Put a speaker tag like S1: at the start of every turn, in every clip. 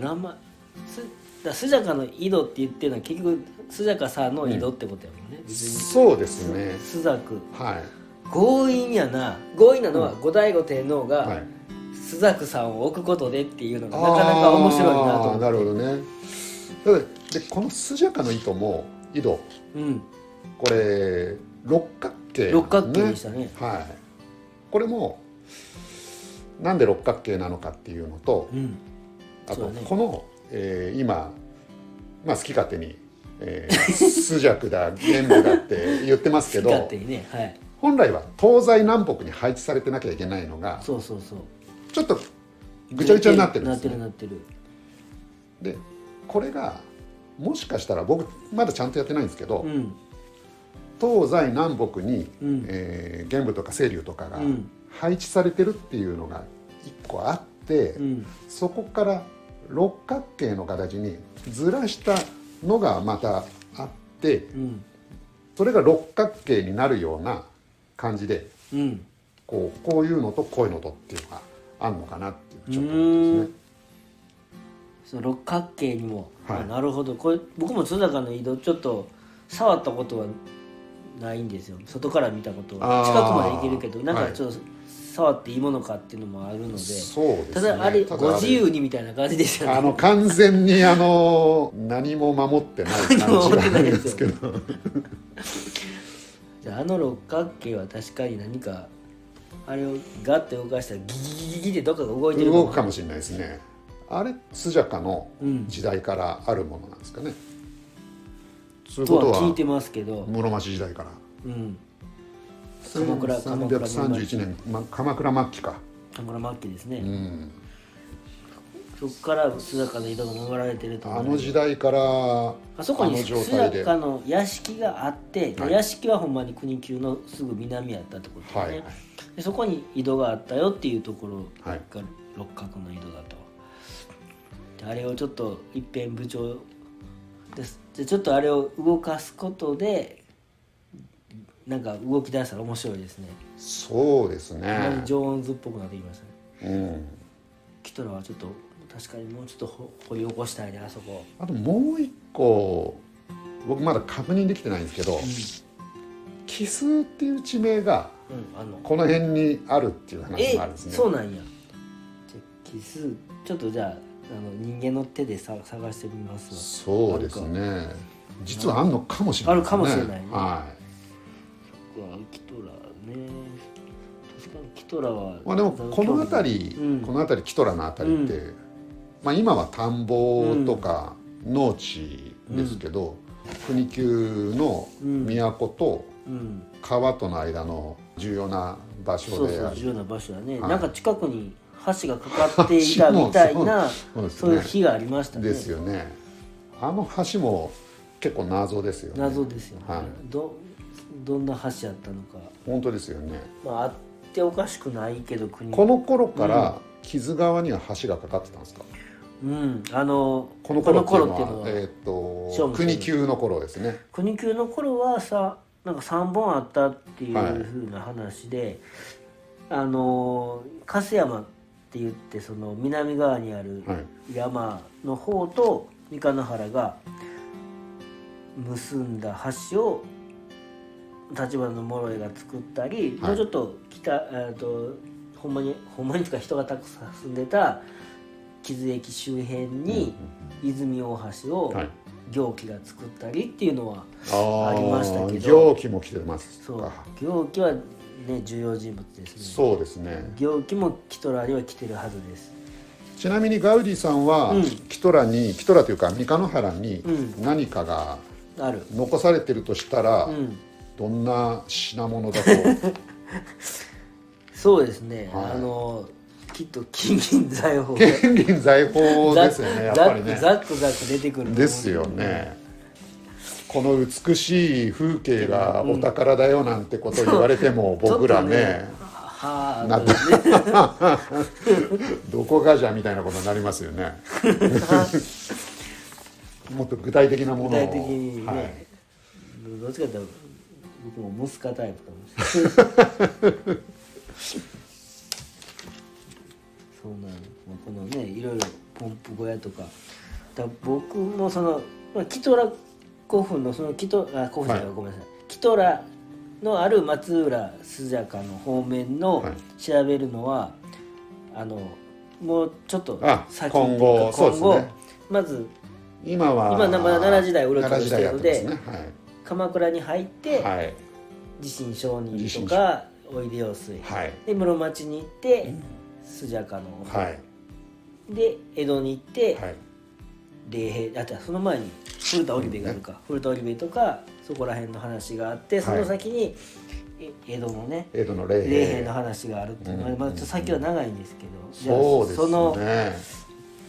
S1: 何万すだスジャカの井戸って言ってるのは結局スジャカさんの井戸ってことやもんね、別に
S2: そうですね
S1: スザク
S2: はい
S1: 強引やな強引なのは後醍醐天皇
S2: は
S1: が
S2: い
S1: スザクさんを置くことでっていうのがなかなか面白いなと
S2: あ
S1: 思
S2: ー
S1: って
S2: なるほどねただでこのスジャカの糸も井戸
S1: うん、
S2: これ六角形、
S1: 六角形でしたね
S2: はいこれもなんで六角形なのかっていうのと
S1: うん、
S2: あ
S1: そ
S2: と
S1: うだね
S2: この、えー今、まあ、好き勝手に、え ー、スジャクだ玄武だって言ってますけ
S1: 好き勝
S2: ど
S1: 手にねはい
S2: 本来は東西南北に配置されてなきゃいけないのが
S1: そうそうそう
S2: ちょっとぐちゃぐちゃになってるん
S1: な
S2: で
S1: っ
S2: す
S1: て
S2: ね
S1: るなってる
S2: でこれがもしかしたら僕まだちゃんとやってないんですけど、
S1: うん
S2: 東西南北に、
S1: うん
S2: えー玄武とか清流とかが
S1: うん
S2: 配置されてるっていうのが一個あって、
S1: うん
S2: そこから六角形の形にずらしたのがまたあって
S1: うん
S2: それが六角形になるような感じで
S1: うん
S2: こうこういうのとこういうのとっていうのがあるのかなっていうちょっと
S1: う
S2: 思
S1: ー
S2: っ
S1: んその六角形にも、
S2: はい
S1: あなるほどこれ僕も津坂の井戸ちょっと触ったことはないんですよ外から見たことは
S2: あー
S1: 近くまで行けるけどなん
S2: は
S1: か
S2: い
S1: ちょっと触っていいものかっていうのもあるので,、
S2: ですねそうですね
S1: ただあれ
S2: ただ
S1: ご自由にみたいな感じでしたね
S2: あの完全にあの何も守ってない感じ
S1: 何も守っ
S2: があ
S1: てない
S2: る
S1: で
S2: んです
S1: す
S2: け
S1: よ
S2: ど
S1: じゃああの六角形は確かに何かあれをガッて動かしたらギギギギギってどっかが動いてる
S2: 動くかもしれないですねあれスジャカの
S1: うん
S2: 時代からあるものなんですかね、そういう
S1: と
S2: こと
S1: は
S2: は
S1: 聞いてますけど、
S2: 室町時代から
S1: うん、鎌倉鎌倉
S2: 331年、ま、鎌倉末期か、
S1: これ末期ですね、
S2: うん、
S1: そこから須坂の井戸が守られてると思
S2: あ
S1: う
S2: の時代からあ
S1: あそこに
S2: の状
S1: 須
S2: 態で
S1: 坂の屋敷があって、で
S2: はい
S1: 屋敷はほんまに国級のすぐ南やったってことですね、
S2: はいはい
S1: でそこに井戸があったよっていうところが
S2: はい
S1: 六角の井戸だと、であれをちょっと一遍部長ですじゃあちょっとあれを動かすことでなんか動き出したら面白いですね、
S2: そうです
S1: あんま
S2: ね
S1: り、ジョーンズっぽくなってきましたね
S2: うん、
S1: キトラはちょっと確かにもうちょっとほ掘り起こしたいねあそこ
S2: あともう一個僕まだ確認できてないんですけど「奇数」っていう地名が
S1: うんあの
S2: この辺にあるっていう話もあるんですね
S1: そうなんやじゃあ奇数ちょっとじゃああの人間の手でさ探してみます
S2: そうですね実はあんのかもしれない、
S1: あるかもしれないね
S2: はい
S1: わうわキトラね確かにキトラは
S2: まあ、でもこの辺り、
S1: うん
S2: この辺りキトラの辺りって、まあ、今は田んぼとか農地ですけど、国級の都と
S1: うん
S2: 川との間の重要な場
S1: そ
S2: 所
S1: う
S2: で
S1: そ
S2: あ
S1: う
S2: り
S1: 重要な場所だね、
S2: はい
S1: なんか近くに橋がかかっていたみたいな
S2: 橋もそうそうですね
S1: そういう日がありましたね
S2: ですよねあの橋も結構謎ですよね
S1: 謎ですよね、
S2: はい
S1: どどんな橋やったのか
S2: 本当ですよね
S1: まああっておかしくないけど国
S2: この頃から木津川には橋がかかってたんですか、
S1: うんあの
S2: この頃っていう
S1: この
S2: のは
S1: 頃っていうのは
S2: えー
S1: 勝
S2: っ
S1: 負
S2: と
S1: する
S2: 国級の頃ですね
S1: 国級の頃はさなんか3本あったっていう
S2: はい
S1: ふうな話で、あのー粕山って言ってその南側にある
S2: はい
S1: 山の方と三日野原が結んだ橋を立花の諸江が作ったり、
S2: はい
S1: もうちょっと北えーとほんまにほんまにとか人がたくさん住んでた木津駅周辺に泉大橋を、
S2: はい
S1: 行基が作ったりっていうのは
S2: あ
S1: ありましたけど
S2: 行基も来てます
S1: そう
S2: か
S1: 行基はね重要人物ですね
S2: そうですね
S1: 行基もキトラには来てるはずです
S2: ちなみにガウディさんは、
S1: うん
S2: キトラにキトラというか三日野原に
S1: う
S2: 何かが
S1: ある
S2: 残されてるとしたら、
S1: うん
S2: どんな品物だと
S1: そうですね、
S2: はい
S1: あのきっと金銀財宝が
S2: 金銀財宝ですよねやっ
S1: ザ
S2: ぱ
S1: ッ
S2: り
S1: ク
S2: ね
S1: ザックザック出てくると思う
S2: ですよねこの美しい風景がお宝だよなんてこと言われても僕ら
S1: ちょっ
S2: ね
S1: とは
S2: な
S1: あ
S2: ん
S1: とね
S2: どこがじゃみたいなことになります よねもっと具体的なものを
S1: 具体的にね、
S2: はい、
S1: どっちかっていうと僕もモスカタイプかもしれないそうなのこのねいろいろポンプ小屋とかだから僕もその、まあ、キトラ古墳のそのキトラ古墳じゃない、
S2: はい
S1: ごめんなさいキトラのある松浦須坂の方面の
S2: はい
S1: 調べるのは、あのもうちょっと
S2: あ
S1: 先
S2: 今後
S1: っていうか
S2: そうですね
S1: まず
S2: 今は
S1: 今まだ奈良時代うろちょろ
S2: 奈
S1: し
S2: 良時
S1: て
S2: 代や
S1: る
S2: っ
S1: の
S2: てま
S1: です
S2: ね
S1: 鎌倉に入って、
S2: はいはい
S1: 地震商人とかおいでよ水、
S2: はい
S1: で室町に行って須坂の方、
S2: はい
S1: で江戸に行って、
S2: はい
S1: 霊兵だってその前に古田織部があるか、古田織部とかそこら辺の話があってその先に、え江戸のね
S2: 江戸の霊
S1: 霊兵の話があるっていうのは、
S2: うん
S1: まあ、ちょっと先は長いんですけど、じゃあ
S2: そうですね
S1: その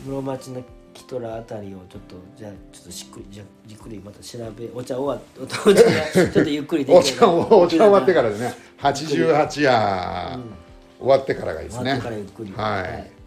S1: 室町のキトラあたりをちょっとじゃあちょっとしっくりじゃあじっくりまた調べお茶終わっお茶がちょっとゆっくりで
S2: お
S1: き
S2: 茶
S1: れば
S2: をお茶終わってからですね88夜終わってからがいいです
S1: 終わって
S2: ね
S1: からゆっくり
S2: は
S1: はい
S2: い